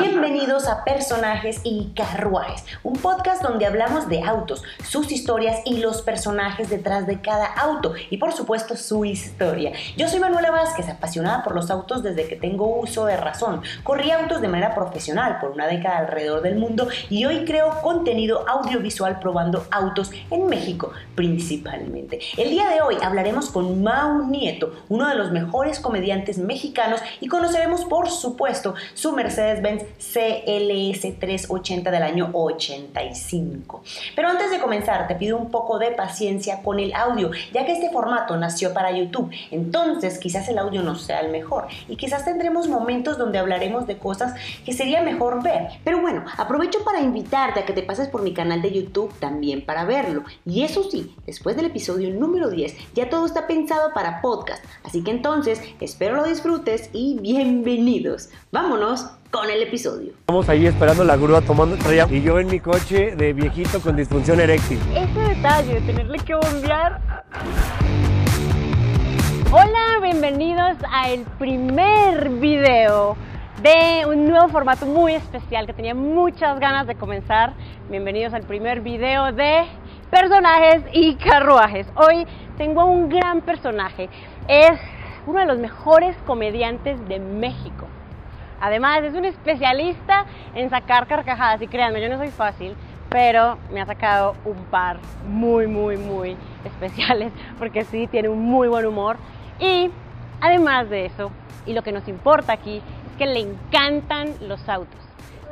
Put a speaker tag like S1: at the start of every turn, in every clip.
S1: Bienvenidos a Personajes y Carruajes, un podcast donde hablamos de autos, sus historias y los personajes detrás de cada auto y por supuesto su historia. Yo soy Manuela Vázquez, apasionada por los autos desde que tengo uso de razón. Corrí autos de manera profesional por una década alrededor del mundo y hoy creo contenido audiovisual probando autos en México principalmente. El día de hoy hablaremos con Mau Nieto, uno de los mejores comediantes mexicanos y conoceremos por supuesto su Mercedes-Benz CLS 380 del año 85. Pero antes de comenzar te pido un poco de paciencia con el audio, ya que este formato nació para YouTube, entonces quizás el audio no sea el mejor y quizás tendremos momentos donde hablaremos de cosas que sería mejor ver. Pero bueno, aprovecho para invitarte a que te pases por mi canal de YouTube también para verlo. Y eso sí, después del episodio número 10 ya todo está pensado para podcast, así que entonces espero lo disfrutes y bienvenidos. Vámonos con el episodio.
S2: Estamos ahí esperando la grúa tomando traía y yo en mi coche de viejito con disfunción eréctil.
S3: Ese detalle de tenerle que bombear. Hola, bienvenidos a el primer video de un nuevo formato muy especial que tenía muchas ganas de comenzar. Bienvenidos al primer video de personajes y carruajes. Hoy tengo a un gran personaje. Es uno de los mejores comediantes de México. Además, es un especialista en sacar carcajadas. Y créanme, yo no soy fácil, pero me ha sacado un par muy, muy, muy especiales, porque sí, tiene un muy buen humor. Y además de eso, y lo que nos importa aquí, es que le encantan los autos,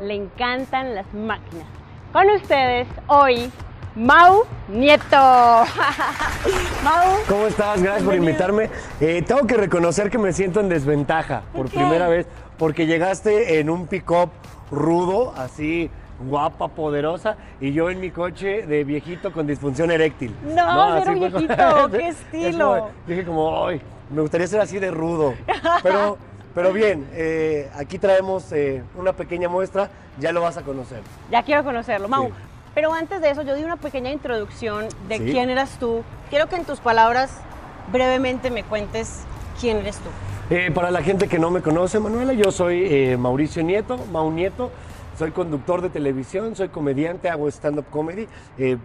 S3: le encantan las máquinas. Con ustedes hoy, Mau Nieto. Mau,
S2: ¿Cómo estás? Gracias por invitarme. Eh, tengo que reconocer que me siento en desventaja por
S3: ¿Por qué?
S2: primera vez porque llegaste en un pick-up rudo, así guapa, poderosa, y yo en mi coche de viejito con disfunción eréctil.
S3: No,
S2: Así
S3: pero
S2: fue como-
S3: viejito, qué
S2: Es como-
S3: estilo.
S2: dije como, ay, me gustaría ser así de rudo. Pero, pero bien, eh, aquí traemos eh, una pequeña muestra, ya lo vas a conocer.
S3: ya quiero conocerlo. Mau,
S2: Sí.
S3: pero antes de eso, yo di una pequeña introducción de
S2: Sí.
S3: quién eras tú. Quiero que en tus palabras brevemente me cuentes quién eres tú.
S2: Eh, para la gente que no me conoce, Manuela, yo soy eh, Mauricio Nieto, Mau Nieto, soy conductor de televisión, soy comediante, hago stand-up comedy. eh,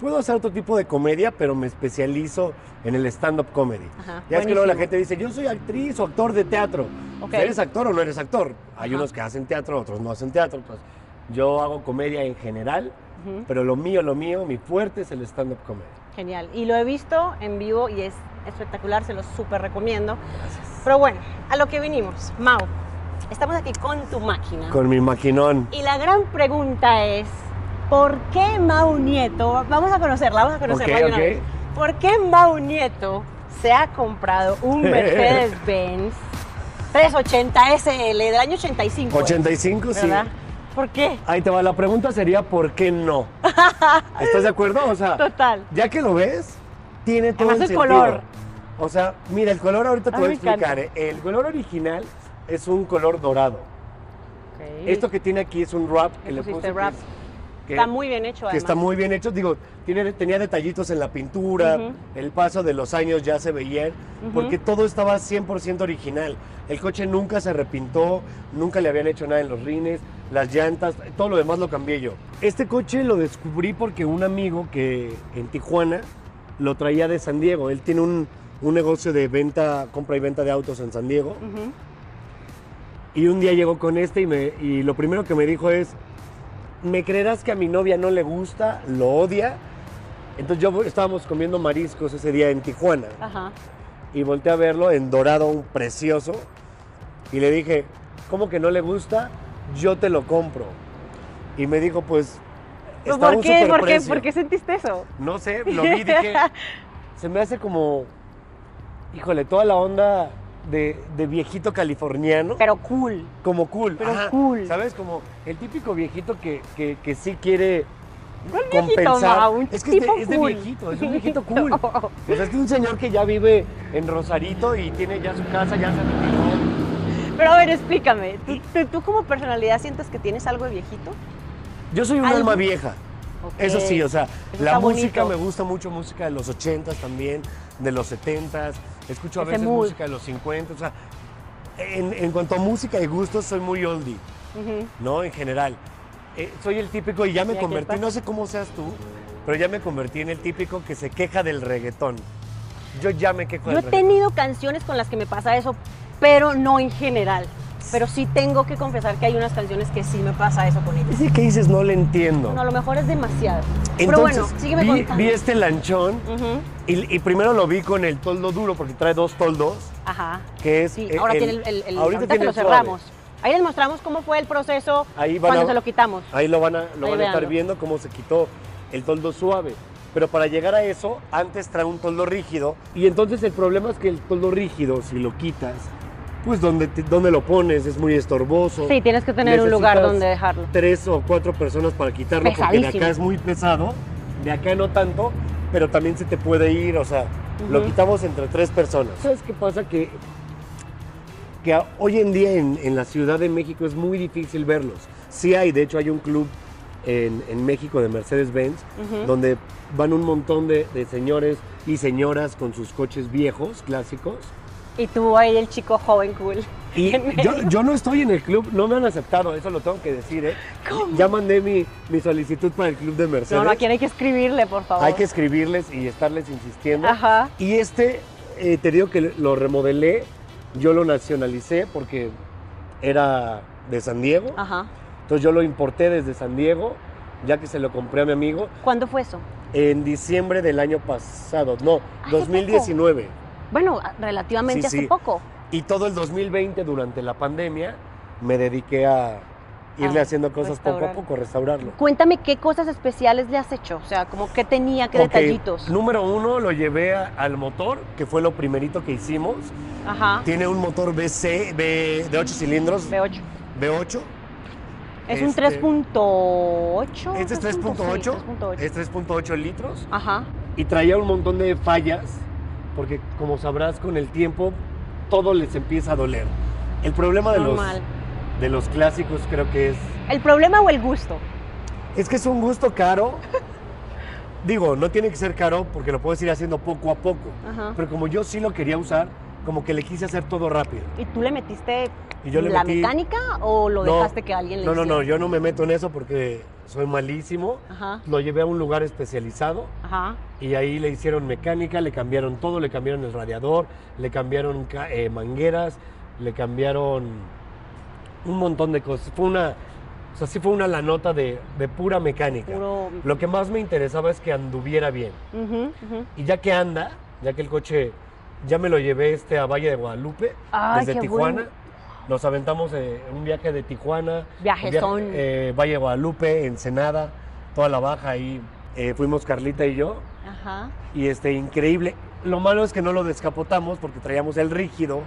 S2: puedo hacer otro tipo de comedia, pero me especializo en el stand-up comedy.
S3: Ajá,
S2: ya es que luego la
S3: buenísimo.
S2: gente dice, yo soy actriz o actor de teatro.
S3: Ok.
S2: ¿Eres actor o no eres actor? Hay
S3: Ajá.
S2: unos que hacen teatro, otros no hacen teatro. Pues, yo hago comedia en general,
S3: Ujú.
S2: pero lo mío, lo mío, mi fuerte es el stand-up comedy.
S3: Genial. Y lo he visto en vivo y es espectacular, se lo súper recomiendo. Pero bueno, a lo que vinimos. Mau, estamos aquí con tu máquina.
S2: Con mi maquinón.
S3: Y la gran pregunta es, ¿por qué Mau Nieto, vamos a conocerla, vamos a conocerla
S2: Ok,
S3: de una
S2: ok.
S3: vez. ¿Por qué Mau Nieto se ha comprado un Mercedes-Benz 380 SL del año 85? es,
S2: 85, sí.
S3: ¿Verdad? ¿Por qué?
S2: Ahí te va, la pregunta sería ¿por qué no? ¿Estás de acuerdo? O sea,
S3: Total.
S2: ya que lo ves, tiene todo
S3: Además
S2: el
S3: el
S2: sentido.
S3: color.
S2: O sea, mira, el color ahorita te
S3: Ay,
S2: voy a
S3: me encanta.
S2: explicar. ¿eh? El color original es un color dorado. Esto que tiene aquí es un wrap que
S3: Le
S2: le puse.
S3: pusiste este wrap.
S2: que-
S3: está muy bien hecho,
S2: que
S3: además.
S2: está muy bien hecho. Digo, tiene, tenía detallitos en la pintura,
S3: Ujú.
S2: el paso de los años ya se veía,
S3: Ujú.
S2: porque todo estaba 100% original. El coche nunca se repintó, nunca le habían hecho nada en los rines, las llantas, todo lo demás lo cambié yo. Este coche lo descubrí porque un amigo que en Tijuana lo traía de San Diego. Él tiene un, un negocio de venta, compra y venta de autos en San Diego.
S3: Ujú.
S2: Y un día llegó con este y, me, y lo primero que me dijo es, ¿me creerás que a mi novia no le gusta, lo odia? Entonces yo estábamos comiendo mariscos ese día en Tijuana
S3: Ajá.
S2: y volteé a verlo en dorado, un precioso, y le dije, ¿cómo que no le gusta? Yo te lo compro. Y me dijo, pues...
S3: Pues,
S2: está a
S3: ¿Por
S2: un
S3: qué? ¿Por qué?
S2: superprecio".
S3: ¿Por qué sentiste eso?
S2: No sé, lo vi y dije, se me hace como, híjole, toda la onda de, de viejito californiano.
S3: Pero cool.
S2: Como cool.
S3: Pero cool.
S2: ¿Sabes? Como el típico viejito que, que, que sí quiere
S3: ¿Cuál viejito,
S2: compensar.
S3: ma? Un
S2: es que
S3: tipo
S2: es, de,
S3: cool.
S2: es de viejito, es un viejito cool. O sea, es que un señor que ya vive en Rosarito y tiene ya su casa, ya se retiró.
S3: Pero a ver, explícame. ¿tú, tú, tú como personalidad sientes que tienes algo de viejito?
S2: Yo soy un
S3: Algo.
S2: alma vieja.
S3: Ok.
S2: Eso sí, o sea,
S3: Eso
S2: la
S3: está
S2: música
S3: bonito.
S2: me gusta mucho, música de los 80s también, de los 70s. Escucho a
S3: Ese
S2: veces
S3: mood.
S2: música de los 50, o sea, en, en cuanto a música y gustos soy muy oldie.
S3: Ujú.
S2: ¿no? En general. Eh, soy el típico y ya me
S3: Ya, ¿qué
S2: convertí,
S3: pasa?
S2: no sé cómo seas tú, pero ya me convertí en el típico que se queja del reggaetón. Yo ya me quejo
S3: Yo he
S2: del reggaetón.
S3: tenido canciones con las que me pasa eso, pero no en general. Pero sí tengo que confesar que hay unas canciones que sí me pasa eso con ellas.
S2: Ese que dices no le entiendo.
S3: No, a lo mejor es demasiado. pero
S2: Entonces,
S3: bueno, sígueme
S2: vi,
S3: contando.
S2: vi este lanchón
S3: Ujú,
S2: y, y primero lo vi con el toldo duro porque trae dos toldos,
S3: Ajá.
S2: que es...
S3: Sí,
S2: eh,
S3: ahora tiene el, el- el-
S2: ahorita
S3: ahorita
S2: tiene
S3: que lo
S2: el suave.
S3: cerramos. Ahí les mostramos cómo fue el proceso
S2: Ahí van
S3: cuando
S2: a- Ah.
S3: se lo quitamos.
S2: Ahí lo van a, lo
S3: Ahí
S2: van a estar
S3: véanlo.
S2: viendo cómo se quitó el toldo suave. Pero para llegar a eso, antes trae un toldo rígido. Y entonces el problema es que el toldo rígido, si lo quitas, pues donde, te- donde lo pones es muy estorboso.
S3: Sí, tienes que tener un
S2: Necesitas
S3: lugar donde dejarlo.
S2: Tres o cuatro personas para quitarlo, porque de
S3: Pesadísimo.
S2: acá es muy pesado, de acá no tanto, pero también se te puede ir, o sea, lo
S3: Ujú.
S2: quitamos entre tres personas. ¿Sabes qué pasa? Que, que a- hoy en día en, en la Ciudad de México es muy difícil verlos. Sí hay, de hecho hay un club en, en México de Mercedes-Benz,
S3: Ujú.
S2: donde van un montón de, de señores y señoras con sus coches viejos, clásicos.
S3: Y tú ahí el chico joven cool.
S2: Y yo, yo no estoy en el club, no me han aceptado, eso lo tengo que decir, ¿eh? Ya mandé mi, mi solicitud para el club de Mercedes.
S3: No, no, a quien hay que escribirle, por favor.
S2: Hay que escribirles y estarles insistiendo.
S3: Ajá.
S2: Y este, eh, te digo que lo remodelé, yo lo nacionalicé porque era de San Diego.
S3: Ajá.
S2: Entonces yo lo importé desde San Diego, ya que se lo compré a mi amigo,
S3: ¿Cuándo fue eso?
S2: en diciembre del año pasado, no,
S3: hace
S2: 2019.
S3: Bueno, relativamente
S2: Sí,
S3: hace
S2: sí.
S3: poco.
S2: Y todo el 2020, durante la pandemia, me dediqué a irle
S3: A
S2: haciendo cosas
S3: restaurar.
S2: poco a poco, restaurarlo.
S3: Cuéntame qué cosas especiales le has hecho, o sea, como qué tenía, qué
S2: Ok,
S3: detallitos.
S2: Número uno, lo llevé a- al motor, que fue lo primerito que hicimos.
S3: Ajá,
S2: Tiene un motor BC, B- de 8 cilindros,
S3: B8.
S2: V8.
S3: Es un
S2: Este-
S3: 3.8.
S2: Este es
S3: 3.8,
S2: 3.8,
S3: sí,
S2: es 3.8 litros
S3: Ajá,
S2: y traía un montón de fallas porque como sabrás con el tiempo todo les empieza a doler. El problema de los,
S3: normal.
S2: de los clásicos creo que es
S3: ¿El problema o el gusto?
S2: es que es un gusto caro. Digo, no tiene que ser caro porque lo puedes ir haciendo poco a poco.
S3: Ajá.
S2: Pero como yo sí lo quería usar, como que le quise hacer todo rápido.
S3: ¿Y tú le metiste
S2: Y yo le
S3: la
S2: metí-
S3: mecánica o lo
S2: No,
S3: dejaste que alguien le
S2: No, no, no,
S3: hiciera?
S2: yo no me meto en eso porque soy malísimo.
S3: Ajá,
S2: Lo llevé a un lugar especializado
S3: ajá.
S2: y ahí le hicieron mecánica, le cambiaron todo, le cambiaron el radiador, le cambiaron ca- eh, mangueras, le cambiaron un montón de cosas. Fue una, o sea, sí fue una la nota de, de pura mecánica.
S3: Puro.
S2: Lo que más me interesaba es que anduviera bien.
S3: Ujú, ujú.
S2: Y ya que anda, ya que el coche ya me lo llevé este a Valle de Guadalupe
S3: Ay,
S2: desde
S3: qué
S2: Tijuana.
S3: bueno.
S2: Nos aventamos eh, un viaje de Tijuana,
S3: Viajes
S2: via-
S3: son.
S2: eh, Valle de Guadalupe, Ensenada, toda la baja ahí. Eh, fuimos Carlita y yo
S3: Ajá.
S2: y este increíble. Lo malo es que no lo descapotamos porque traíamos el rígido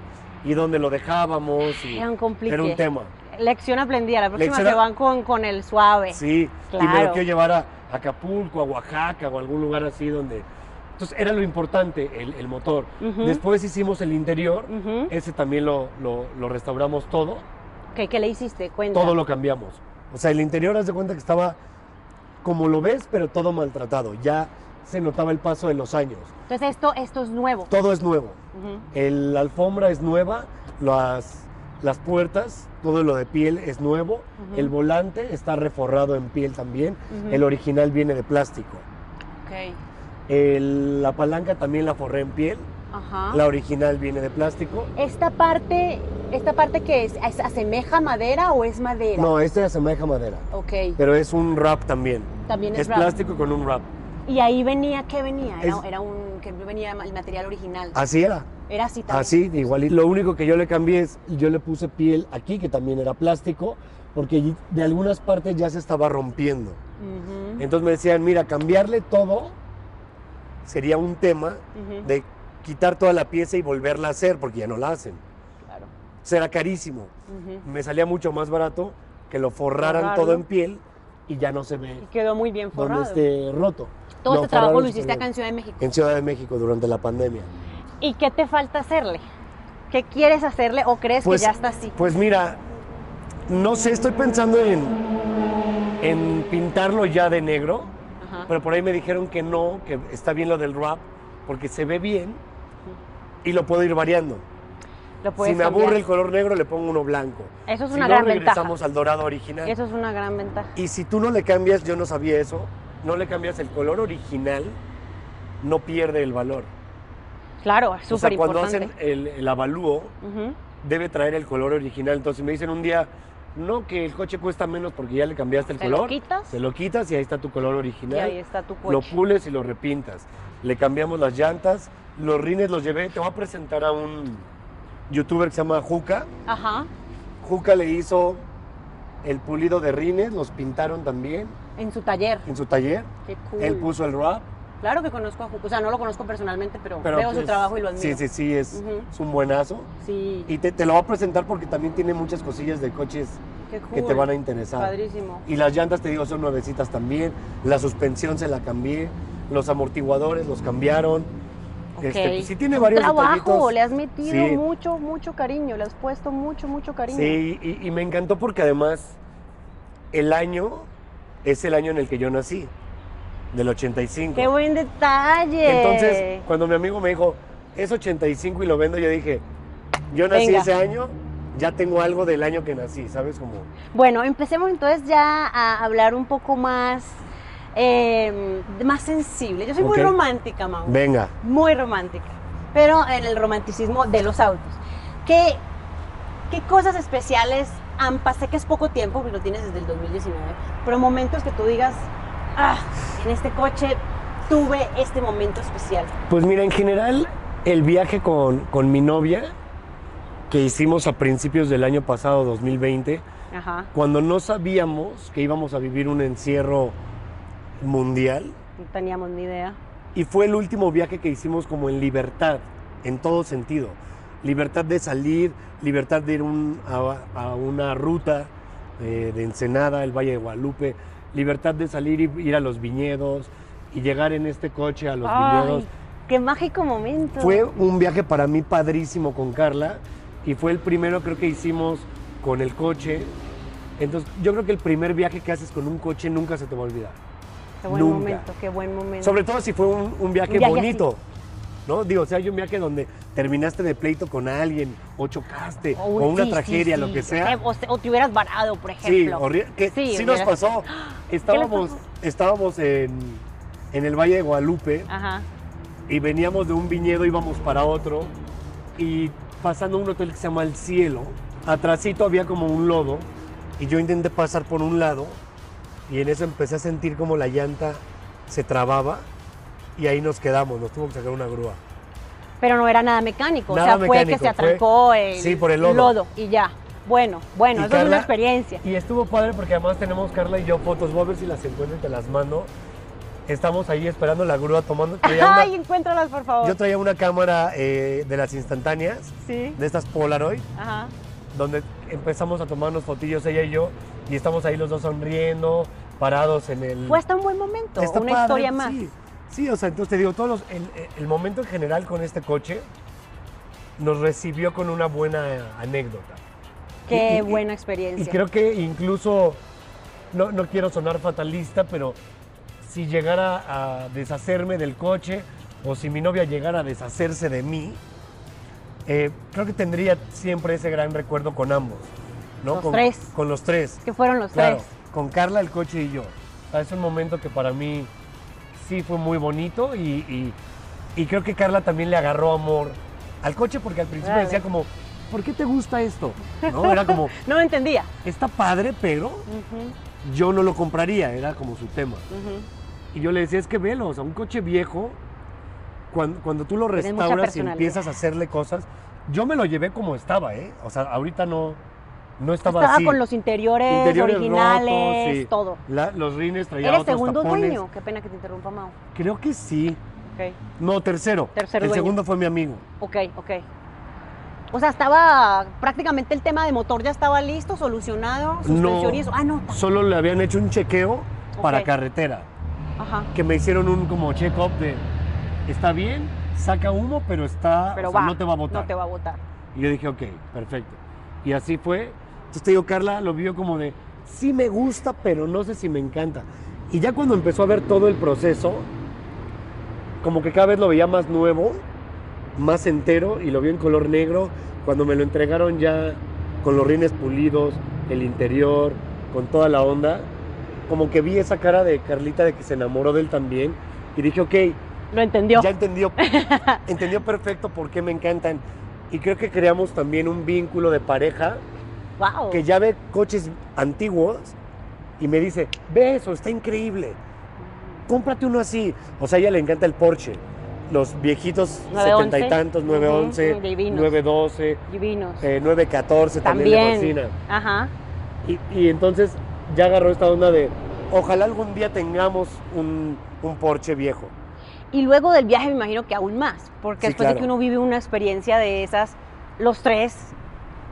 S2: y donde lo dejábamos y
S3: Era un complique.
S2: era un tema.
S3: Lección aprendida. La próxima
S2: Lección a-
S3: se van con, con el suave.
S2: Sí, y me
S3: Claro.
S2: lo quiero llevar a Acapulco, a Oaxaca o algún lugar así donde... Entonces era lo importante, el, el motor.
S3: Ujú.
S2: Después hicimos el interior,
S3: Ujú.
S2: ese también lo, lo- lo restauramos todo,
S3: ¿Qué, qué le hiciste? Cuenta.
S2: todo lo cambiamos. O sea, el interior, haz de cuenta que estaba como lo ves, pero todo maltratado. Ya se notaba el paso de los años.
S3: Entonces esto, esto es nuevo.
S2: Todo es nuevo.
S3: Ujú.
S2: El, la alfombra es nueva, las, las puertas, todo lo de piel es nuevo,
S3: Ujú.
S2: el volante está reforrado en piel también,
S3: Ujú.
S2: el original viene de plástico.
S3: Ok.
S2: El- la palanca también la forré en piel,
S3: Ajá.
S2: la original viene de plástico.
S3: Esta parte, esta parte que es, es- asemeja madera o es madera?
S2: No, este asemeja madera,
S3: Ok.
S2: pero es un wrap también.
S3: También es,
S2: Es
S3: wrap.
S2: plástico con un wrap.
S3: Y ahí venía, ¿qué venía? Era,
S2: Es-
S3: era un, que venía el material original.
S2: Así era,
S3: Era así también.
S2: así, igualito. Lo único que yo le cambié es, yo le puse piel aquí, que también era plástico, porque de algunas partes ya se estaba rompiendo.
S3: Ujú,
S2: Entonces me decían, mira, cambiarle todo sería un tema
S3: ujú,
S2: de quitar toda la pieza y volverla a hacer, porque ya no la hacen.
S3: claro.
S2: Será carísimo.
S3: Ujú.
S2: Me salía mucho más barato que lo forraran
S3: Forrarlo.
S2: todo en piel y ya no se ve
S3: Y quedó muy bien
S2: donde
S3: forrado.
S2: esté roto.
S3: Todo
S2: No,
S3: este trabajo
S2: forraron
S3: lo hiciste
S2: súper
S3: acá en
S2: bien.
S3: Ciudad de México.
S2: en Ciudad de México durante la pandemia.
S3: ¿Y qué te falta hacerle? ¿Qué quieres hacerle o crees
S2: Pues-
S3: que ya está así?
S2: Pues mira, no sé, estoy pensando en, en pintarlo ya de negro,
S3: Ajá.
S2: pero por ahí me dijeron que no, que está bien lo del rap, porque se ve bien y lo puedo ir variando.
S3: Lo
S2: Si
S3: puedes
S2: me aburre
S3: cambiar.
S2: el color negro, le pongo uno blanco.
S3: Eso es
S2: Si
S3: una
S2: no,
S3: gran
S2: regresamos
S3: ventaja.
S2: al dorado original.
S3: Eso es una gran ventaja.
S2: Y si tú no le cambias, yo no sabía eso, no le cambias el color original, no pierde el valor.
S3: Claro, es
S2: O sea,
S3: súper
S2: cuando
S3: importante.
S2: hacen el, el avalúo, debe traer el color original. Entonces, si me dicen un día, no, que el coche cuesta menos porque ya le cambiaste el
S3: Te lo
S2: color.
S3: quitas.
S2: Te lo quitas y ahí está tu color
S3: Y ahí
S2: original.
S3: está tu
S2: Lo
S3: coche.
S2: pules y lo repintas. Le cambiamos las llantas, los rines los llevé. Te voy a presentar a un youtuber que se llama Juca.
S3: Ajá.
S2: Juca le hizo el pulido de rines, los pintaron también
S3: En su taller.
S2: en su taller.
S3: Qué cool.
S2: Él puso el rap.
S3: Claro que conozco a Juco. O sea, no lo conozco personalmente, pero,
S2: Pero
S3: veo su
S2: pues,
S3: trabajo y lo admiro.
S2: Sí, sí, sí, es,
S3: Ujú.
S2: es un buenazo.
S3: Sí,
S2: Y te, te lo voy a presentar porque también tiene muchas cosillas de coches
S3: qué cool.
S2: que te van a interesar.
S3: Padrísimo.
S2: Y las llantas, te digo, son nuevecitas también. La suspensión se la cambié. Los amortiguadores los cambiaron. Este,
S3: Ok.
S2: pues, sí tiene varios
S3: Trabajo,
S2: detallitos.
S3: le has metido
S2: Sí.
S3: mucho, mucho cariño, le has puesto mucho, mucho cariño.
S2: Sí, y, y me encantó porque además el año es el año en el que yo nací, del 85.
S3: Qué buen detalle.
S2: Entonces, cuando mi amigo me dijo, es 85 y lo vendo, yo dije, yo nací
S3: Venga.
S2: ese año, ya tengo algo del año que nací, ¿sabes? Como,
S3: Bueno, empecemos entonces ya a hablar un poco más, eh, más sensible. Yo soy muy
S2: Ok.
S3: romántica, Mau.
S2: venga.
S3: Muy romántica. Pero en el romanticismo de los autos. ¿Qué, qué cosas especiales han pasado? Sé que es poco tiempo, porque lo tienes desde el 2019. Pero momentos que tú digas, ah, en este coche tuve este momento especial.
S2: Pues mira, en general, el viaje con, con mi novia que hicimos a principios del año pasado, 2020,
S3: Ajá,
S2: cuando no sabíamos que íbamos a vivir un encierro mundial,
S3: no teníamos ni idea.
S2: y fue el último viaje que hicimos como en libertad, en todo sentido. Libertad de salir, libertad de ir un- a, a una ruta eh, de Ensenada, el Valle de Guadalupe, libertad de salir y ir a los viñedos y llegar en este coche a los
S3: Ay,
S2: viñedos.
S3: qué mágico momento.
S2: Fue un viaje para mí padrísimo con Carla y fue el primero creo que hicimos con el coche. Entonces yo creo que el primer viaje que haces con un coche nunca se te va a olvidar.
S3: Qué buen
S2: nunca.
S3: momento, qué buen momento.
S2: Sobre todo si fue un, un viaje,
S3: Un viaje
S2: bonito. ¿No? Digo, o sea, hay un viaje donde terminaste de pleito con alguien, o chocaste, o,
S3: un-
S2: una
S3: sí, sí,
S2: tragedia,
S3: sí.
S2: lo que sea.
S3: O, te- o te hubieras varado, por
S2: Sí,
S3: ejemplo.
S2: horrible. Que
S3: Sí,
S2: sí, nos
S3: hubiera-
S2: pasó. Estábamos,
S3: pasó?
S2: estábamos en, en el Valle de Guadalupe
S3: Ajá.
S2: y veníamos de un viñedo, íbamos para otro, y pasando un hotel que se llama El Cielo, atrásito había como un lodo, y yo intenté pasar por un lado, y en eso empecé a sentir como la llanta se trababa, y ahí nos quedamos, nos tuvo que sacar una grúa.
S3: Pero no era nada mecánico, o
S2: Nada
S3: sea, fue que
S2: mecánico,
S3: se
S2: fue-
S3: atrancó el,
S2: sí, por el lodo.
S3: y ya. Bueno, bueno,
S2: Y
S3: eso es una
S2: Carla-
S3: experiencia.
S2: Y estuvo padre porque además tenemos Carla y yo fotos, voy a ver si las encuentro y te las mando. Estamos ahí esperando la grúa, tomando... traía una-
S3: Ay, encuéntralas, por favor.
S2: yo traía una cámara eh, de las instantáneas,
S3: Sí,
S2: de estas Polaroid,
S3: ajá.
S2: donde empezamos a tomarnos fotillos ella y yo, y estamos ahí los dos sonriendo, parados en el...
S3: Fue hasta un buen momento,
S2: Mm. Está
S3: una
S2: padre,
S3: historia más.
S2: Sí, sí, o sea, entonces te digo, todos los- el, el momento en general con este coche nos recibió con una buena anécdota.
S3: Qué
S2: Y- y-
S3: buena
S2: Y
S3: experiencia.
S2: creo que incluso, no, no quiero sonar fatalista, pero si llegara a deshacerme del coche o si mi novia llegara a deshacerse de mí, eh, creo que tendría siempre ese gran recuerdo con ambos. ¿no?
S3: Los
S2: con,
S3: tres.
S2: Con los tres.
S3: que fueron los
S2: Claro,
S3: tres.
S2: con Carla, el coche y yo. O sea, es un momento que para mí sí fue muy bonito y, y- y creo que Carla también le agarró amor al coche porque al principio
S3: Dale.
S2: decía como, ¿por qué te gusta esto? ¿No? Era como,
S3: No lo entendía.
S2: está padre, pero
S3: Ujú,
S2: yo no lo compraría, era como su tema.
S3: ujú.
S2: Y yo le decía, es que velo, o sea, un coche viejo, cuando, cuando tú lo
S3: Tiene mucha
S2: restauras y
S3: personalidad.
S2: empiezas a hacerle cosas, yo me lo llevé como estaba, ¿eh? O sea, ahorita no, no estaba,
S3: Estaba
S2: así.
S3: con los interiores,
S2: Interiores
S3: originales,
S2: rotos, sí.
S3: todo.
S2: La- los rines traía
S3: ¿Eres
S2: otros
S3: segundo
S2: tapones.
S3: dueño? Qué pena que te interrumpa, Mau.
S2: Creo que sí.
S3: Ok,
S2: No, tercero.
S3: Tercer
S2: El
S3: dueño.
S2: segundo fue mi amigo.
S3: ok, ok. O sea, estaba prácticamente el tema de motor ya estaba listo, solucionado, suspensión y eso. Ah, no. ta-
S2: Solo le habían hecho un chequeo para
S3: Ok.
S2: carretera.
S3: Ajá.
S2: que me hicieron un como check-up de está bien, saca humo, pero está
S3: Pero
S2: o sea,
S3: va,
S2: no te va a botar.
S3: No te va a votar.
S2: Y yo dije, ok, perfecto. Y así fue. Entonces te digo, Carla lo vio como de sí me gusta, pero no sé si me encanta. Y ya cuando empezó a ver todo el proceso, como que cada vez lo veía más nuevo, más entero y lo vio en color negro Cuando me lo entregaron ya con los rines pulidos, el interior, con toda la onda, como que vi esa cara de Carlita de que se enamoró de él también y dije, ok,
S3: Lo entendió.
S2: ya entendió, entendió perfecto por qué me encantan. Y creo que creamos también un vínculo de pareja
S3: wow.
S2: que ya ve coches antiguos y me dice, ve eso, está increíble, cómprate uno así. O sea, a ella le encanta el Porsche, los viejitos
S3: 911.
S2: setenta y tantos, 911,
S3: Ujú, divinos.
S2: 912,
S3: Divinos.
S2: eh, 914 también, le
S3: También.
S2: fascina.
S3: Ajá.
S2: Y, y entonces ya agarró esta onda de, ojalá algún día tengamos un, un Porsche viejo.
S3: Y luego del viaje me imagino que aún más,
S2: Sí,
S3: porque después de
S2: claro.
S3: que uno vive una experiencia de esas, los tres,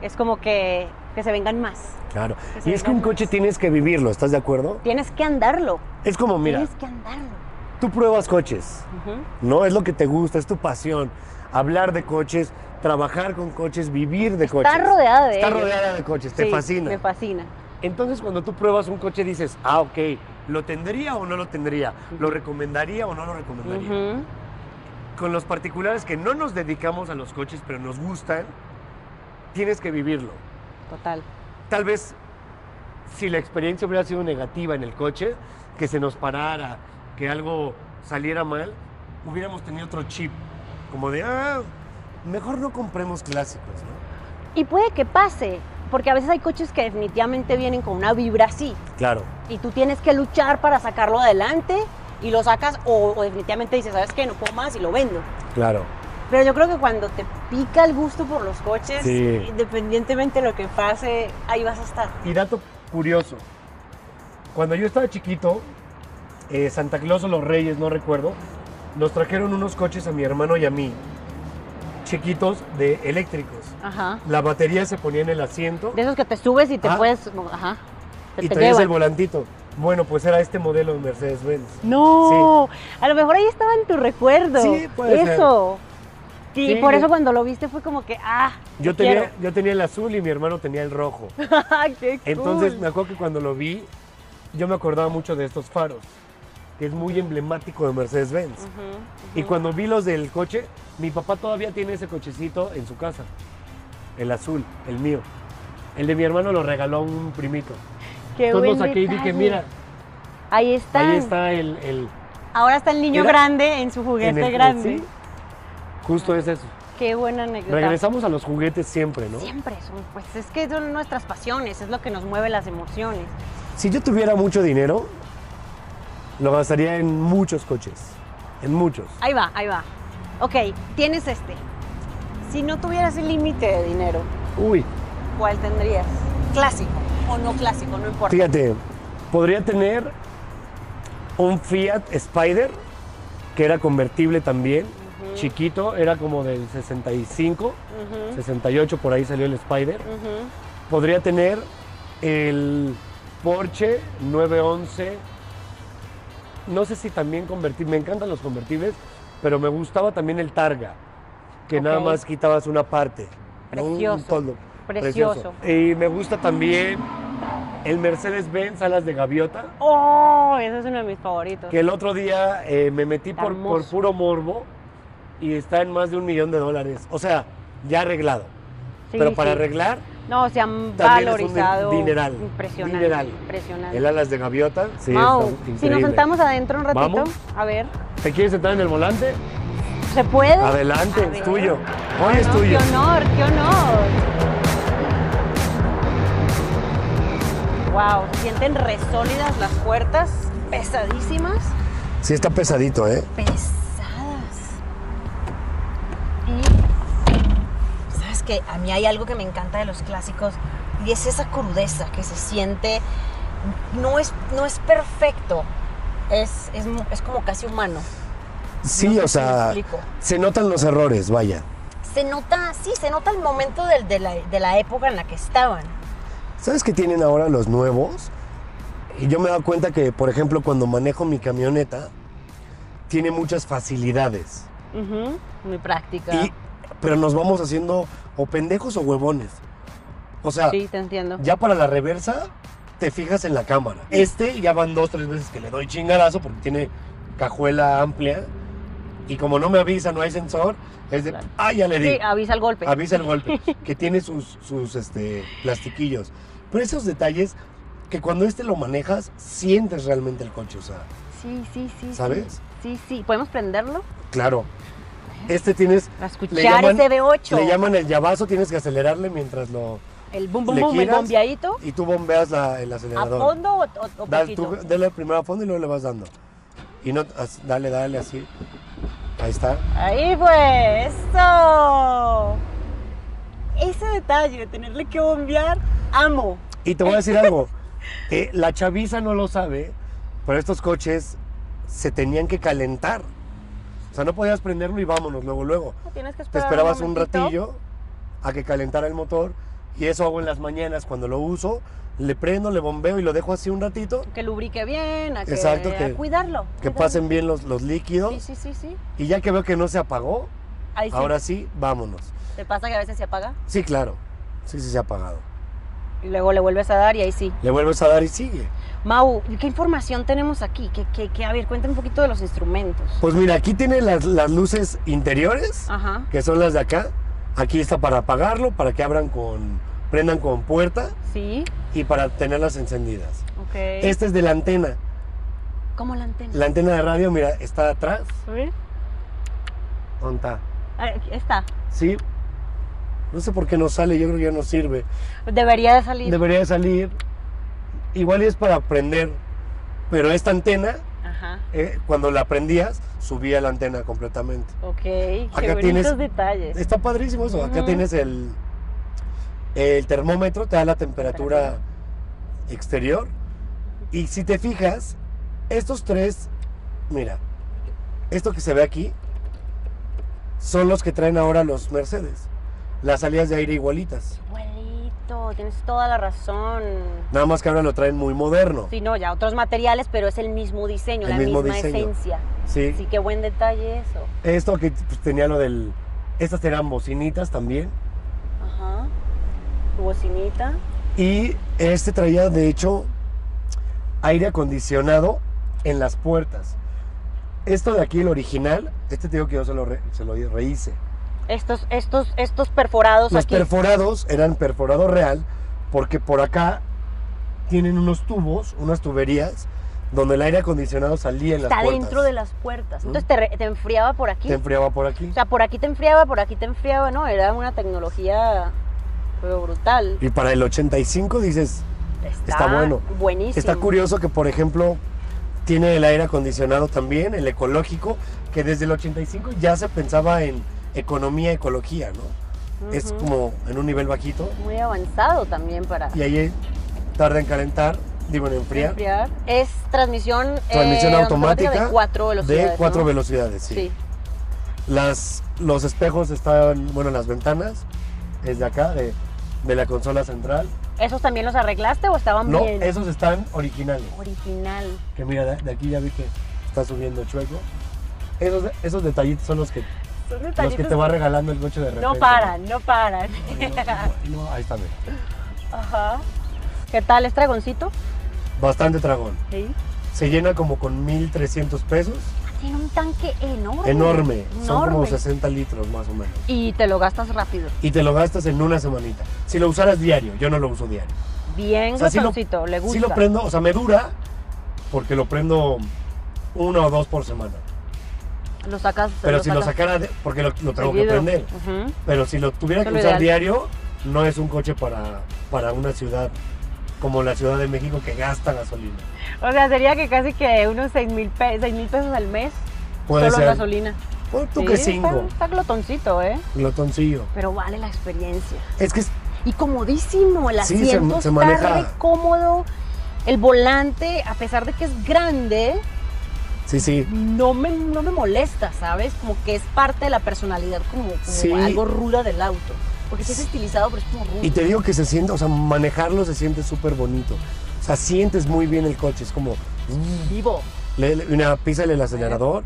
S3: es como que, que se vengan más.
S2: Claro.
S3: Que se
S2: Y es que un
S3: vengan
S2: coche
S3: más.
S2: tienes que vivirlo, ¿estás de acuerdo?
S3: Tienes que andarlo.
S2: Es como, mira,
S3: Tienes que andarlo.
S2: tú pruebas coches,
S3: Ujú.
S2: ¿no? Es lo que te gusta, es tu pasión. Hablar de coches, trabajar con coches, vivir de coches.
S3: Está rodeada de
S2: Está
S3: ellos.
S2: rodeada de coches,
S3: Sí,
S2: te fascina.
S3: Me fascina.
S2: Entonces, cuando tú pruebas un coche, dices, ah, ok, ¿lo tendría o no lo tendría? ¿Lo recomendaría o no lo recomendaría?
S3: Ujú.
S2: Con los particulares que no nos dedicamos a los coches, pero nos gustan, tienes que vivirlo.
S3: Total.
S2: Tal vez si la experiencia hubiera sido negativa en el coche, que se nos parara, que algo saliera mal, hubiéramos tenido otro chip. Como de, ah, mejor no compremos clásicos, ¿no?
S3: Y puede que pase, porque a veces hay coches que definitivamente vienen con una vibra así,
S2: Claro.
S3: y tú tienes que luchar para sacarlo adelante, y lo sacas, o, o definitivamente dices, ¿sabes qué? No puedo más y lo vendo.
S2: Claro.
S3: Pero yo creo que cuando te pica el gusto por los coches,
S2: Sí.
S3: independientemente de lo que pase, ahí vas a estar.
S2: Y dato curioso. Cuando yo estaba chiquito, eh, Santa Claus o los Reyes, no recuerdo, nos trajeron unos coches a mi hermano y a mí, chiquitos de eléctricos.
S3: Ajá.
S2: La batería se ponía en el asiento
S3: De esos que te subes y te
S2: Ah.
S3: puedes. Ajá. Te,
S2: y
S3: te
S2: traías
S3: llevan.
S2: el volantito. Bueno, pues era este modelo de Mercedes-Benz.
S3: No, a lo mejor ahí estaba en tu recuerdo.
S2: Sí, puede ser.
S3: Eso. Sí,
S2: Sí,
S3: por
S2: yo-
S3: eso cuando lo viste fue como que, ah,
S2: Yo
S3: te
S2: tenía, yo tenía el azul y mi hermano tenía el rojo.
S3: quiero. Qué
S2: Entonces
S3: cool.
S2: me acuerdo que cuando lo vi, yo me acordaba mucho de estos faros, que es muy emblemático de Mercedes-Benz.
S3: Ujú.
S2: Y cuando vi los del coche, mi papá todavía tiene ese cochecito en su casa. El azul, el mío. El de mi hermano lo regaló a un primito.
S3: Qué
S2: Entonces
S3: buen
S2: lo saqué y
S3: detalle.
S2: dije, mira,
S3: Ahí está.
S2: ahí está el... el
S3: Ahora está el niño
S2: Mira,
S3: grande en su juguete
S2: en el-
S3: grande.
S2: sí, justo es eso.
S3: Qué buena anécdota.
S2: Regresamos a los juguetes siempre, ¿no?
S3: Siempre son, pues es que son nuestras pasiones, es lo que nos mueve las emociones.
S2: Si yo tuviera mucho dinero, lo gastaría en muchos coches. En muchos.
S3: Ahí va, ahí va. Ok, tienes este. Si no tuvieras el límite de dinero,
S2: Uy,
S3: ¿cuál tendrías? Clásico o no clásico, no importa.
S2: Fíjate, podría tener un Fiat Spider, que era convertible también, chiquito, era como del 65,
S3: Ujú,
S2: 68, por ahí salió el Spider.
S3: ujú.
S2: Podría tener el Porsche 911, no sé si también convertible, me encantan los convertibles, pero me gustaba también el Targa, que nada
S3: Ok.
S2: más quitabas una parte. ¿no? Un
S3: Precioso.
S2: toldo.
S3: Precioso.
S2: Y me gusta también el Mercedes-Benz Alas de Gaviota,
S3: Oh, ese es uno de mis favoritos.
S2: que el otro día eh, me metí por,
S3: Hermoso.
S2: por puro morbo y está en más de un millón de dólares. O sea, ya arreglado.
S3: Sí,
S2: Pero para
S3: sí.
S2: arreglar,
S3: No, se han
S2: también es un
S3: valorizado.
S2: dineral,
S3: Impresionante.
S2: dineral.
S3: Impresionante.
S2: el Alas de Gaviota, sí,
S3: Mau,
S2: está
S3: si nos
S2: increíble.
S3: sentamos adentro un ratito,
S2: Vamos.
S3: a ver,
S2: ¿Te quieres sentar en el volante?
S3: ¿se puede?
S2: Adelante,
S3: A ver.
S2: es tuyo. Hoy es
S3: No,
S2: tuyo.
S3: Qué honor, qué honor. Wow, se sienten re sólidas las puertas, pesadísimas,
S2: Sí, está pesadito, ¿eh?
S3: pesadas. Y sabes que a mí hay algo que me encanta de los clásicos y es esa crudeza que se siente. No es, no es perfecto, es, es, mu- es como casi humano. No
S2: Sí,
S3: sé
S2: o
S3: si me
S2: sea,
S3: explico.
S2: se notan los errores, vaya.
S3: Se nota, sí, se nota el momento del- de, la, de la época en la que estaban.
S2: ¿Sabes qué tienen ahora los nuevos? Y yo me he dado cuenta que, por ejemplo, cuando manejo mi camioneta, tiene muchas facilidades.
S3: Muy práctica.
S2: Y- ah, pero nos vamos haciendo o pendejos o huevones. O sea,
S3: te entiendo.
S2: ya para la reversa, te fijas en la cámara. Este ya van dos, tres veces que le doy chingadazo porque tiene cajuela amplia. Y como no me avisa, no hay sensor, es de,
S3: Claro.
S2: ah, ya le di.
S3: Sí, pues. avisa el golpe.
S2: Avisa el golpe, que tiene sus, sus este, plastiquillos. Pero esos detalles que cuando este lo manejas, sientes realmente el coche, o sea,
S3: Sí, sí, sí, sí.
S2: ¿sabes?
S3: Sí, sí. ¿Podemos prenderlo?
S2: Claro. Este tienes,
S3: Para
S2: Le
S3: escuchar
S2: llaman-
S3: ese V8.
S2: le llaman el llavazo, tienes que acelerarle mientras lo...
S3: el bum, bum,
S2: le
S3: bum, el
S2: giras
S3: bombeadito.
S2: Y tú bombeas la- el
S3: ¿A
S2: acelerador.
S3: fondo o, o- o
S2: Dale,
S3: poquito?
S2: tú, dale primero a fondo y luego le vas dando. Y no, as- dale, dale, así. Ahí está.
S3: Ahí fue, eso. Ese detalle de tenerle que bombear, amo.
S2: Y te voy a decir algo. eh, la chaviza no lo sabe, pero estos coches se tenían que calentar. O sea, no podías prenderlo y vámonos luego, luego.
S3: Tienes
S2: Te
S3: que esperar
S2: esperabas un
S3: momentito.
S2: ratillo a que calentara el motor. Y eso hago en las mañanas cuando lo uso. Le prendo, le bombeo y lo dejo así un ratito.
S3: Que lubrique bien, a, que,
S2: Exacto,
S3: a
S2: que-
S3: cuidarlo.
S2: Que
S3: cuidarlo.
S2: pasen bien los, los líquidos.
S3: Sí, sí, sí, sí.
S2: Y ya que veo que no se apagó,
S3: Ahí sí.
S2: ahora sí, vámonos.
S3: ¿Te pasa que a veces se apaga?
S2: Sí, claro. Sí, sí, se ha apagado.
S3: Y luego le vuelves a dar y ahí sí.
S2: Le vuelves a dar y sigue.
S3: Mau, ¿qué información tenemos aquí? Que, que, que, a ver, cuéntame un poquito de los instrumentos.
S2: Pues mira, aquí tiene las, las luces interiores,
S3: Ajá.
S2: que son las de acá. Aquí está para apagarlo, para que abran con, prendan con puerta
S3: Sí,
S2: y para tenerlas encendidas.
S3: ok.
S2: Esta es de la antena.
S3: ¿Cómo la antena?
S2: La antena de radio, mira, está atrás.
S3: A ver.
S2: ¿Dónde está?
S3: Ah, aquí Está.
S2: Sí. No sé por qué no sale, yo creo que ya no sirve.
S3: Debería de salir.
S2: Debería de salir. Igual es para prender. Pero esta antena,
S3: Ajá.
S2: eh, cuando la prendías, subía la antena completamente.
S3: Ok, qué
S2: Acá
S3: bonitos
S2: tienes-
S3: detalles.
S2: Está padrísimo eso. Acá
S3: Ujú.
S2: tienes el, el termómetro, te da la temperatura exterior. Y si te fijas, estos tres, mira, esto que se ve aquí, son los que traen ahora los Mercedes. Las salidas de aire igualitas.
S3: Igualito, tienes toda la razón.
S2: Nada más que ahora lo traen muy moderno.
S3: Sí, no, ya otros materiales, pero es el mismo diseño,
S2: El
S3: la
S2: mismo
S3: misma
S2: diseño.
S3: esencia.
S2: Sí.
S3: Sí, qué buen detalle eso.
S2: Esto que pues, tenía lo del... Estas eran bocinitas también.
S3: Ajá. Tu bocinita.
S2: Y este traía, de hecho, aire acondicionado en las puertas. Esto de aquí, el original, este te digo que yo se lo, re- se lo rehice.
S3: Estos, estos, estos perforados
S2: Los
S3: aquí.
S2: perforados eran perforado real porque por acá tienen unos tubos, unas tuberías, donde el aire acondicionado salía en las
S3: Está
S2: puertas.
S3: dentro de las puertas.
S2: ¿Mm?
S3: Entonces te, re- te enfriaba por aquí.
S2: Te enfriaba por aquí.
S3: O sea, por aquí te enfriaba, por aquí te enfriaba, ¿no? Era una tecnología pero brutal.
S2: Y para el 85 dices,
S3: Está,
S2: está bueno.
S3: Buenísimo.
S2: Está curioso que, por ejemplo, tiene el aire acondicionado también, el ecológico, que desde el 85 ya se pensaba en economía, ecología, ¿no? Es
S3: Ujú.
S2: como en un nivel bajito
S3: Muy avanzado también para
S2: y ahí tarda en calentar, digo en enfriar,
S3: enfriar. Es transmisión, eh,
S2: Transmisión automática
S3: de cuatro velocidades.
S2: de cuatro
S3: ¿no?
S2: velocidades, sí.
S3: Sí.
S2: Las, los espejos están, bueno, las ventanas, es de acá, de, de la consola central.
S3: ¿Esos también los arreglaste o estaban
S2: No,
S3: bien?
S2: esos están originales.
S3: Original.
S2: Que mira, de, de aquí ya vi que está subiendo chueco. Esos, esos detallitos son los que
S3: Son
S2: Los que te va regalando el coche de repente.
S3: No paran, no paran.
S2: Ay, No, no, no, ahí está, mira.
S3: Ajá. ¿Qué tal? ¿Es dragoncito?
S2: Bastante dragón.
S3: Sí.
S2: Se llena como con 1.300 pesos.
S3: Ah, Tiene un tanque enorme.
S2: Enorme. Son como
S3: Enorme.
S2: 60 litros más o menos.
S3: Y te lo gastas rápido.
S2: Y te lo gastas en una semanita. Si lo usaras diario, yo no lo uso diario.
S3: Bien
S2: O sea, sí lo-
S3: glotoncito, le gusta.
S2: Si lo prendo, o sea, me dura porque lo prendo una o dos por semana.
S3: Lo sacas.
S2: Pero si lo
S3: sacas
S2: sacara, de- porque lo, lo tengo que
S3: seguido.
S2: prender.
S3: Ujú.
S2: Pero si lo tuviera
S3: Eso
S2: que
S3: es lo
S2: usar
S3: ideal.
S2: diario, no es un coche para, para una ciudad como la Ciudad de México que gasta gasolina.
S3: O sea, sería que casi que unos 6 mil pe- seis mil pesos al mes.
S2: Puede
S3: solo en
S2: ser.
S3: gasolina.
S2: Pon tú
S3: Sí,
S2: que
S3: está-
S2: cinco.
S3: Está glotoncito, ¿eh?
S2: Glotoncillo.
S3: Pero vale la experiencia.
S2: Es que es-
S3: Y comodísimo, el
S2: Sí, se-
S3: asiento
S2: se
S3: está
S2: maneja.
S3: re cómodo. El volante, a pesar de que es grande,
S2: sí, sí.
S3: no me, no me molesta, ¿sabes? Como que es parte de la personalidad, como, como
S2: Sí.
S3: algo ruda del auto. Porque sí es estilizado, pero es como rudo.
S2: Y te digo que se siente, o sea, manejarlo se siente súper bonito. O sea, sientes muy bien el coche. Es como, mm,
S3: vivo.
S2: le- le- una pisa el acelerador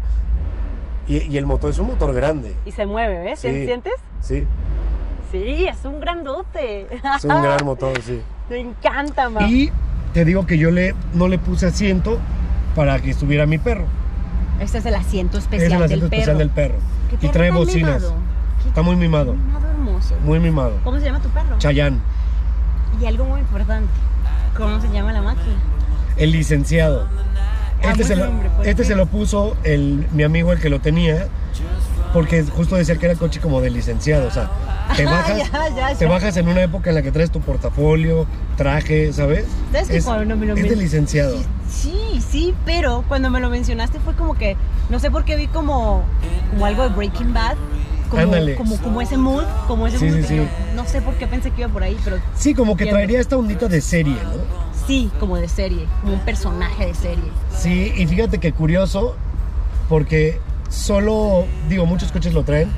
S2: y, y el motor es un motor grande.
S3: Y se mueve, ¿ves?
S2: Sí.
S3: ¿Sientes?
S2: Sí,
S3: Sí, es un grandote.
S2: es un gran motor, sí.
S3: Me encanta, ma.
S2: Y te digo que yo le, no le puse asiento para que estuviera mi perro.
S3: Este es el asiento
S2: es
S3: especial,
S2: el asiento
S3: del,
S2: especial
S3: perro.
S2: del perro.
S3: ¿Qué
S2: Y
S3: perro
S2: trae
S3: tan
S2: bocinas.
S3: mimado? ¿Qué
S2: Está muy mimado,
S3: mimado hermoso.
S2: muy mimado.
S3: ¿Cómo se llama tu perro?
S2: Chayán,
S3: y algo muy importante. ¿Cómo se llama la máquina?
S2: el licenciado.
S3: Ah,
S2: Este,
S3: buen
S2: se lo,
S3: nombre, pues,
S2: este
S3: sí.
S2: se lo puso el, mi amigo, el que lo tenía, porque justo decía que era coche como de licenciado. O sea, te
S3: Ah,
S2: bajas,
S3: ya, ya,
S2: te
S3: ya.
S2: bajas en una época en la que traes tu portafolio, traje, ¿sabes?
S3: ¿Sabes qué?
S2: es,
S3: Cuando me lo
S2: es
S3: men-
S2: de licenciado.
S3: Sí, sí, pero cuando me lo mencionaste fue como que, no sé por qué vi como, como algo de Breaking Bad, como,
S2: Ándale.
S3: como, como ese mood, como ese
S2: Sí,
S3: mood,
S2: sí,
S3: pero
S2: sí.
S3: no sé por qué pensé que iba por ahí, pero
S2: Sí, como que
S3: Entiendo.
S2: traería esta ondita de serie, ¿no?
S3: sí, como de serie, como un personaje de serie.
S2: Sí, y fíjate que curioso, porque solo, digo, muchos coches lo traen,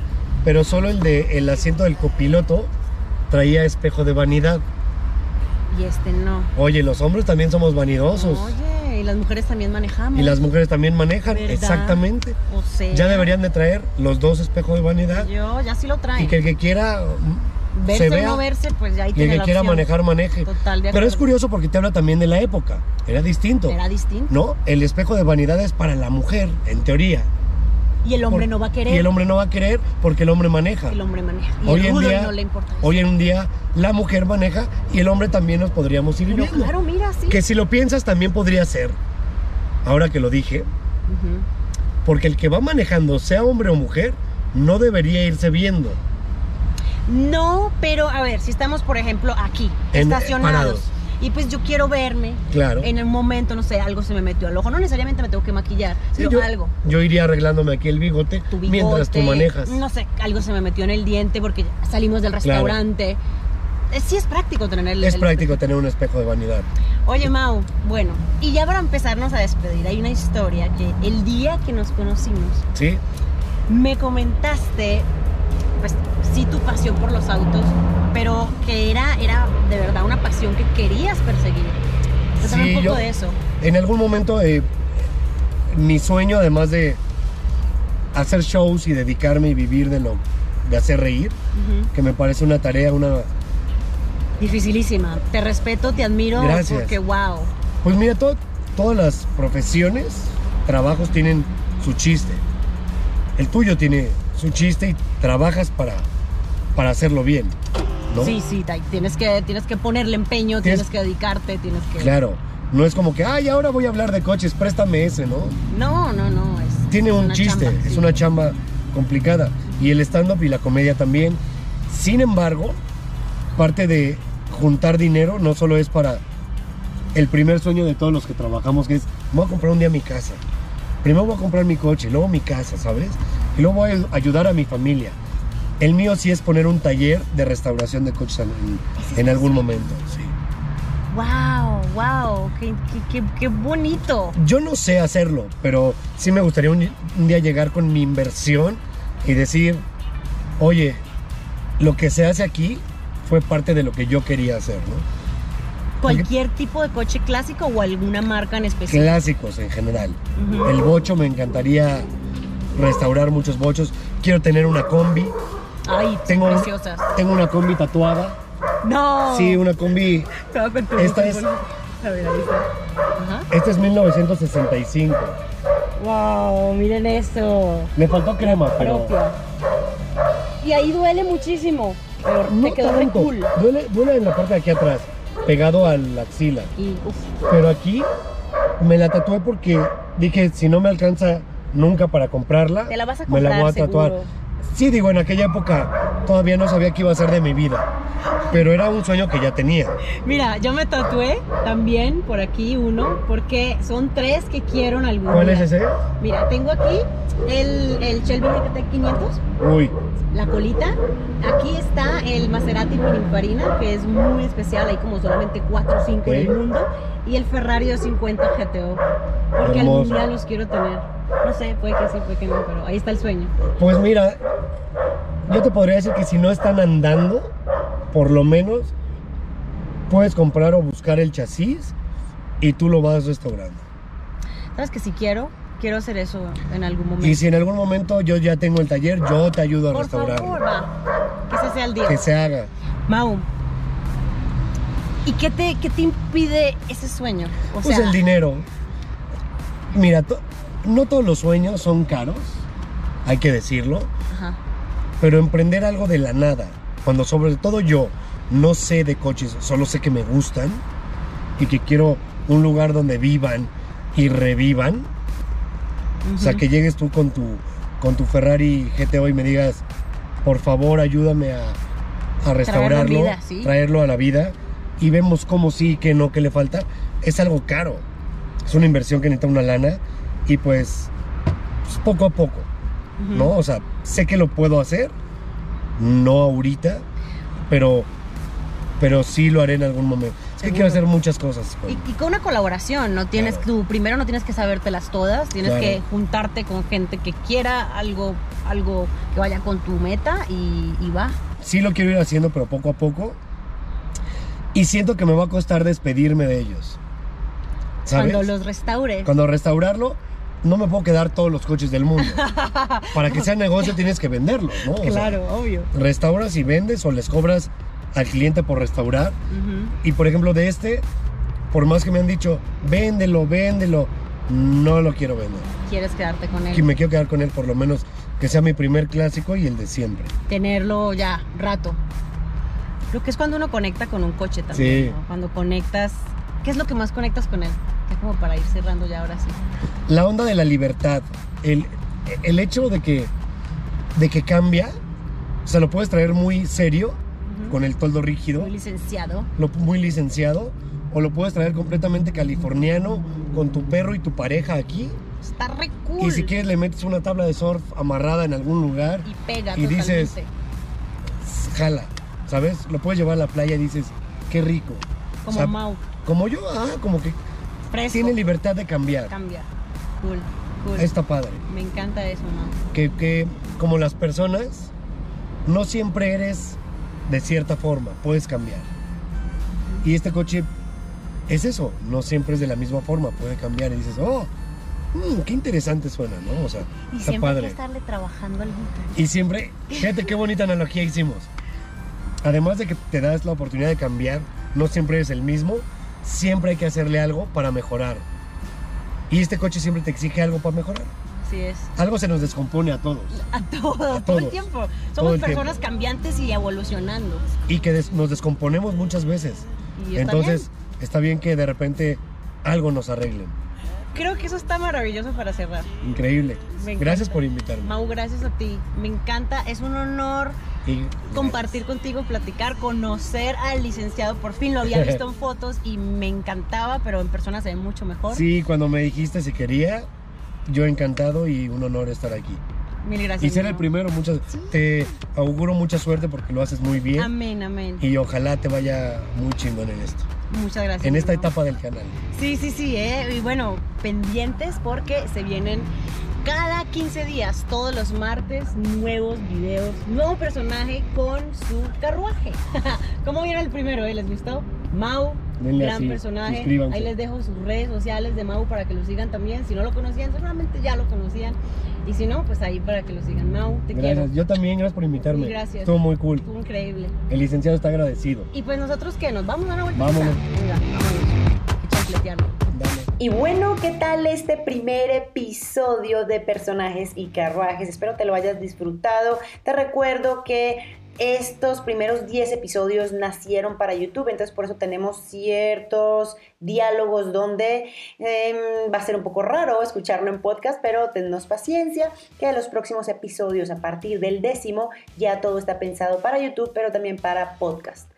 S2: pero solo el de el asiento del copiloto traía espejo de vanidad.
S3: Y este no.
S2: Oye, los hombres también somos vanidosos.
S3: Oye, y las mujeres también manejamos.
S2: Y las mujeres también manejan,
S3: ¿Verdad?
S2: exactamente.
S3: O sea,
S2: Ya deberían de traer los dos espejos de vanidad
S3: Yo, ya sí lo traen.
S2: y que el que quiera mm,
S3: verse
S2: se
S3: o
S2: vea
S3: no verse, pues ya
S2: y
S3: ahí
S2: el
S3: tiene
S2: que
S3: la
S2: quiera
S3: opción.
S2: manejar maneje.
S3: Total, de
S2: Pero es
S3: acuerdo.
S2: curioso porque te habla también de la época, era distinto.
S3: Era distinto.
S2: ¿No? El espejo de vanidad es para la mujer, en teoría.
S3: Y el hombre
S2: Por-
S3: no va a querer.
S2: Y el hombre no va a querer porque el hombre maneja.
S3: El hombre maneja. Y
S2: hoy
S3: el
S2: en
S3: rudo
S2: día,
S3: no le importa. eso.
S2: hoy en un día la mujer maneja y el hombre también nos podríamos ir
S3: Pero
S2: viendo.
S3: claro, mira, sí.
S2: Que si lo piensas también podría ser. Ahora que lo dije,
S3: Ujú.
S2: porque el que va manejando, sea hombre o mujer, no debería irse viendo.
S3: No, pero a ver, si estamos, por ejemplo, aquí,
S2: En- eh, parados.
S3: estacionados. Y pues yo quiero verme.
S2: Claro.
S3: En el momento, no sé, algo se me metió al ojo. No necesariamente me tengo que maquillar,
S2: Sí,
S3: pero
S2: yo,
S3: algo.
S2: yo iría arreglándome aquí el bigote,
S3: Tu bigote,
S2: mientras tú manejas.
S3: No sé, algo se me metió en el diente porque salimos del
S2: Claro.
S3: restaurante. Eh, Sí es práctico tener el
S2: es
S3: el-
S2: práctico tener un espejo de vanidad.
S3: Oye, Mau, bueno, y ya para empezarnos a despedir, hay una historia que el día que nos conocimos,
S2: ¿Sí?
S3: me comentaste, pues sí, tu pasión por los autos, pero que era, era de verdad una pasión que querías perseguir. Cuéntame
S2: Sí,
S3: un poco
S2: yo-
S3: de eso.
S2: En algún momento, eh, mi sueño, además de hacer shows y dedicarme y vivir de lo de hacer reír, que me parece una tarea, una.
S3: Dificilísima. Te respeto, te admiro,
S2: Gracias.
S3: porque wow.
S2: Pues mira, to- todas las profesiones, trabajos tienen su chiste. El tuyo tiene su chiste y trabajas para, para hacerlo bien. ¿no?
S3: Sí, sí, ta- tienes que, tienes que ponerle empeño,
S2: Tienes-
S3: tienes, que dedicarte, tienes que...
S2: Claro. No es como que, ay, ahora voy a hablar de coches, préstame ese, ¿no?
S3: No, no, no. Es,
S2: tiene
S3: es
S2: un
S3: una
S2: chiste,
S3: chamba,
S2: es
S3: sí.
S2: una chamba complicada. Y el stand-up y la comedia también. Sin embargo, parte de juntar dinero no solo es para el primer sueño de todos los que trabajamos, que es, voy a comprar un día mi casa. Primero voy a comprar mi coche, luego mi casa, ¿sabes? Y luego voy a ayudar a mi familia. El mío sí es poner un taller de restauración de coches en, en algún momento. sí.
S3: Wow, wow, qué, qué- qué- qué bonito.
S2: Yo no sé hacerlo, pero sí me gustaría un, un día llegar con mi inversión y decir, oye, lo que se hace aquí fue parte de lo que yo quería hacer, ¿no?
S3: ¿Cualquier tipo de coche clásico o alguna marca en especial?
S2: Clásicos en general. El bocho me encantaría restaurar muchos bochos. Quiero tener una combi.
S3: Ay, son
S2: Tengo,
S3: preciosas. Oh.
S2: tengo una combi tatuada.
S3: No.
S2: Sí, una combi.
S3: Te va a contar
S2: Esta
S3: un
S2: es-
S3: símbolo. A ver, ahí está. Ajá.
S2: Este es 1965.
S3: Wow, miren eso.
S2: Le faltó crema, pero.
S3: Propia. Y ahí duele muchísimo. Pero
S2: No
S3: te quedó re
S2: tanto.
S3: cool.
S2: Duele, duele en la parte de aquí atrás, pegado a la axila.
S3: Y uf,
S2: Pero aquí me la tatué porque dije, si no me alcanza nunca para comprarla,
S3: Te la vas a
S2: me la voy a
S3: comprar,
S2: tatuar.
S3: seguro.
S2: Sí, digo, en aquella época todavía no sabía qué iba a ser de mi vida, pero era un sueño que ya tenía.
S3: mira, yo me tatué también por aquí uno, porque son tres que quiero en algún
S2: ¿Cuál
S3: día.
S2: es ese?
S3: Mira, tengo aquí el, el Shelby BKT 500,
S2: Uy,
S3: la colita. Aquí está el Maserati Pininfarina, que es muy especial, hay como solamente 4 o 5 en
S2: Ok.
S3: el mundo. Y el Ferrari 250 GTO, porque
S2: Hermoso.
S3: algún día los quiero tener. No sé, puede que sí, puede que no, pero ahí está el sueño.
S2: pues mira, yo te podría decir que si no están andando, por lo menos puedes comprar o buscar el chasis y tú lo vas restaurando.
S3: ¿Sabes que si quiero? Quiero hacer eso en algún
S2: Y
S3: momento.
S2: si en algún momento yo ya tengo el taller, yo te ayudo a
S3: Por favor,
S2: restaurarlo.
S3: va. Que ese sea el día.
S2: Que se haga.
S3: Mau, ¿y qué te, qué te impide ese sueño? O
S2: pues
S3: sea,
S2: el dinero. Mira, to- no todos los sueños son caros, hay que decirlo,
S3: Ajá.
S2: pero emprender algo de la nada, cuando sobre todo yo no sé de coches, solo sé que me gustan y que quiero un lugar donde vivan y revivan, o sea,
S3: Ujú.
S2: que llegues tú con tu, con tu Ferrari GTO y me digas, por favor, ayúdame a, a restaurarlo,
S3: vida, sí.
S2: traerlo a la vida y vemos cómo sí, qué no, qué le falta. Es algo caro. Es una inversión que necesita una lana y pues, pues, poco a poco,
S3: Ujú.
S2: ¿no? O sea, sé que lo puedo hacer, no ahorita, pero, pero sí lo haré en algún momento. Es que quiero hacer
S3: Seguro.
S2: muchas cosas. pues.
S3: Y, y con una colaboración, ¿no? Tienes
S2: Claro.
S3: tú, primero no tienes que sabértelas todas, tienes
S2: Claro.
S3: que juntarte con gente que quiera algo, algo que vaya con tu meta y, y va.
S2: sí lo quiero ir haciendo, pero poco a poco. Y siento que me va a costar despedirme de ellos. ¿Sabes?
S3: Cuando los restaures.
S2: Cuando restaurarlo, no me puedo quedar todos los coches del mundo. Para que sea negocio tienes que venderlos, ¿no? O sea,
S3: obvio.
S2: restauras y vendes o les cobras al cliente por restaurar. Y por ejemplo, de este, por más que me han dicho, véndelo, véndelo, no lo quiero vender.
S3: Quieres quedarte con él.
S2: Que me quiero quedar con él por lo menos que sea mi primer clásico y el de siempre.
S3: Tenerlo ya, rato. Creo que es cuando uno conecta con un coche también.
S2: Sí.
S3: ¿no? Cuando conectas. ¿Qué es lo que más conectas con él? Ya como para ir cerrando ya ahora sí.
S2: la onda de la libertad, el, el hecho de que, de que cambia, o sea, lo puedes traer muy serio,
S3: Ujú.
S2: con el toldo rígido,
S3: Muy licenciado.
S2: lo, muy licenciado, o lo puedes traer completamente californiano, con tu perro y tu pareja aquí,
S3: Está re cool.
S2: y si quieres le metes una tabla de surf amarrada en algún lugar,
S3: Y pega
S2: y
S3: totalmente.
S2: dices, jala, ¿sabes? Lo puedes llevar a la playa y dices, qué rico.
S3: como
S2: o sea,
S3: Mau.
S2: Como yo, ah, como que
S3: Fresco.
S2: tiene libertad de cambiar.
S3: Cambia. Cool, cool.
S2: Está padre.
S3: Me encanta eso, ¿no?
S2: que, que como las personas, no siempre eres de cierta forma, puedes cambiar. Y este coche es eso, no siempre es de la misma forma, puede cambiar y dices, oh, mm, qué interesante suena, ¿no? O sea,
S3: Y
S2: está
S3: siempre hay que
S2: padre.
S3: estarle trabajando al motor.
S2: Y siempre, fíjate qué bonita analogía hicimos. Además de que te das la oportunidad de cambiar, no siempre eres el mismo, siempre hay que hacerle algo para mejorar. Y este coche siempre te exige algo para mejorar.
S3: Así es.
S2: Algo se nos descompone a todos.
S3: A todo,
S2: A
S3: todo el
S2: todos.
S3: tiempo. Somos
S2: Todo el
S3: personas cambiantes y evolucionando.
S2: y que des- nos descomponemos muchas veces.
S3: Y está
S2: Entonces, está bien que de repente algo nos arregle.
S3: bien. creo que eso está maravilloso para cerrar.
S2: Increíble.
S3: Me encanta.
S2: Gracias por invitarme.
S3: Mau, gracias a ti. Me encanta. Es un honor
S2: Y-
S3: compartir contigo, platicar, conocer al licenciado. Por fin lo había visto en fotos y me encantaba, pero en persona se ve mucho mejor.
S2: Sí, cuando me dijiste si quería, yo encantado y un honor estar aquí.
S3: Mil gracias.
S2: Y ser
S3: mi
S2: el
S3: Mau.
S2: primero, muchas, te auguro mucha suerte porque lo haces muy bien
S3: Amén, amén.
S2: y ojalá te vaya muy chingón en esto,
S3: Muchas gracias.
S2: en
S3: mi
S2: esta
S3: Mau.
S2: etapa del canal.
S3: Sí, sí, sí, ¿eh? y bueno, pendientes porque se vienen cada 15 días, todos los martes, nuevos videos, nuevo personaje con su carruaje. ¿Cómo vieron el primero? eh? ¿Les gustó? Mau,
S2: Denle
S3: gran
S2: así,
S3: personaje.
S2: suscríbanse.
S3: Ahí les dejo sus redes sociales de Mau para que lo sigan también. Si no lo conocían, seguramente ya lo conocían. Y si no, pues ahí para que lo sigan. Mau, te
S2: Gracias.
S3: quiero.
S2: Yo también, gracias por invitarme.
S3: Sí, gracias.
S2: Estuvo muy cool.
S3: Estuvo increíble.
S2: El licenciado está agradecido.
S3: Y pues nosotros que nos vamos a dar una vuelta.
S2: Vámonos.
S3: Venga, vámonos. Y chancletearlo.
S2: Dale.
S1: Y bueno, ¿qué tal este primer episodio de personajes y carruajes? Espero te lo hayas disfrutado. Te recuerdo que estos primeros 10 episodios nacieron para YouTube, entonces por eso tenemos ciertos diálogos donde em, va a ser un poco raro escucharlo en podcast, pero tennos paciencia que los próximos episodios a partir del décimo ya todo está pensado para YouTube, pero también para podcast.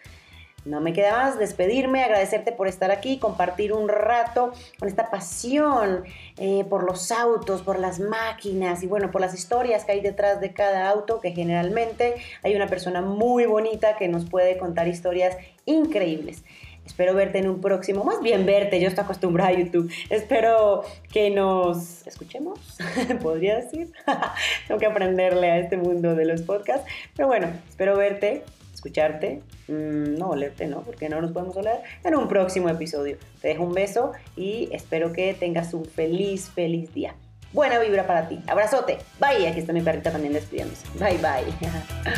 S1: No me queda más despedirme, agradecerte por estar aquí, compartir un rato con esta pasión eh, por los autos, por las máquinas y bueno, por las historias que hay detrás de cada auto, que generalmente hay una persona muy bonita que nos puede contar historias increíbles. Espero verte en un próximo, más bien verte, yo estoy acostumbrada a YouTube. Espero que nos escuchemos, podría decir. Tengo que aprenderle a este mundo de los podcasts. Pero bueno, espero verte, escucharte, mm, no olerte, ¿no? Porque no nos podemos oler en un próximo episodio. Te dejo un beso y espero que tengas un feliz, feliz día. Buena vibra para ti. Abrazote. Bye. Aquí está mi perrita también despidiéndose. Bye, bye.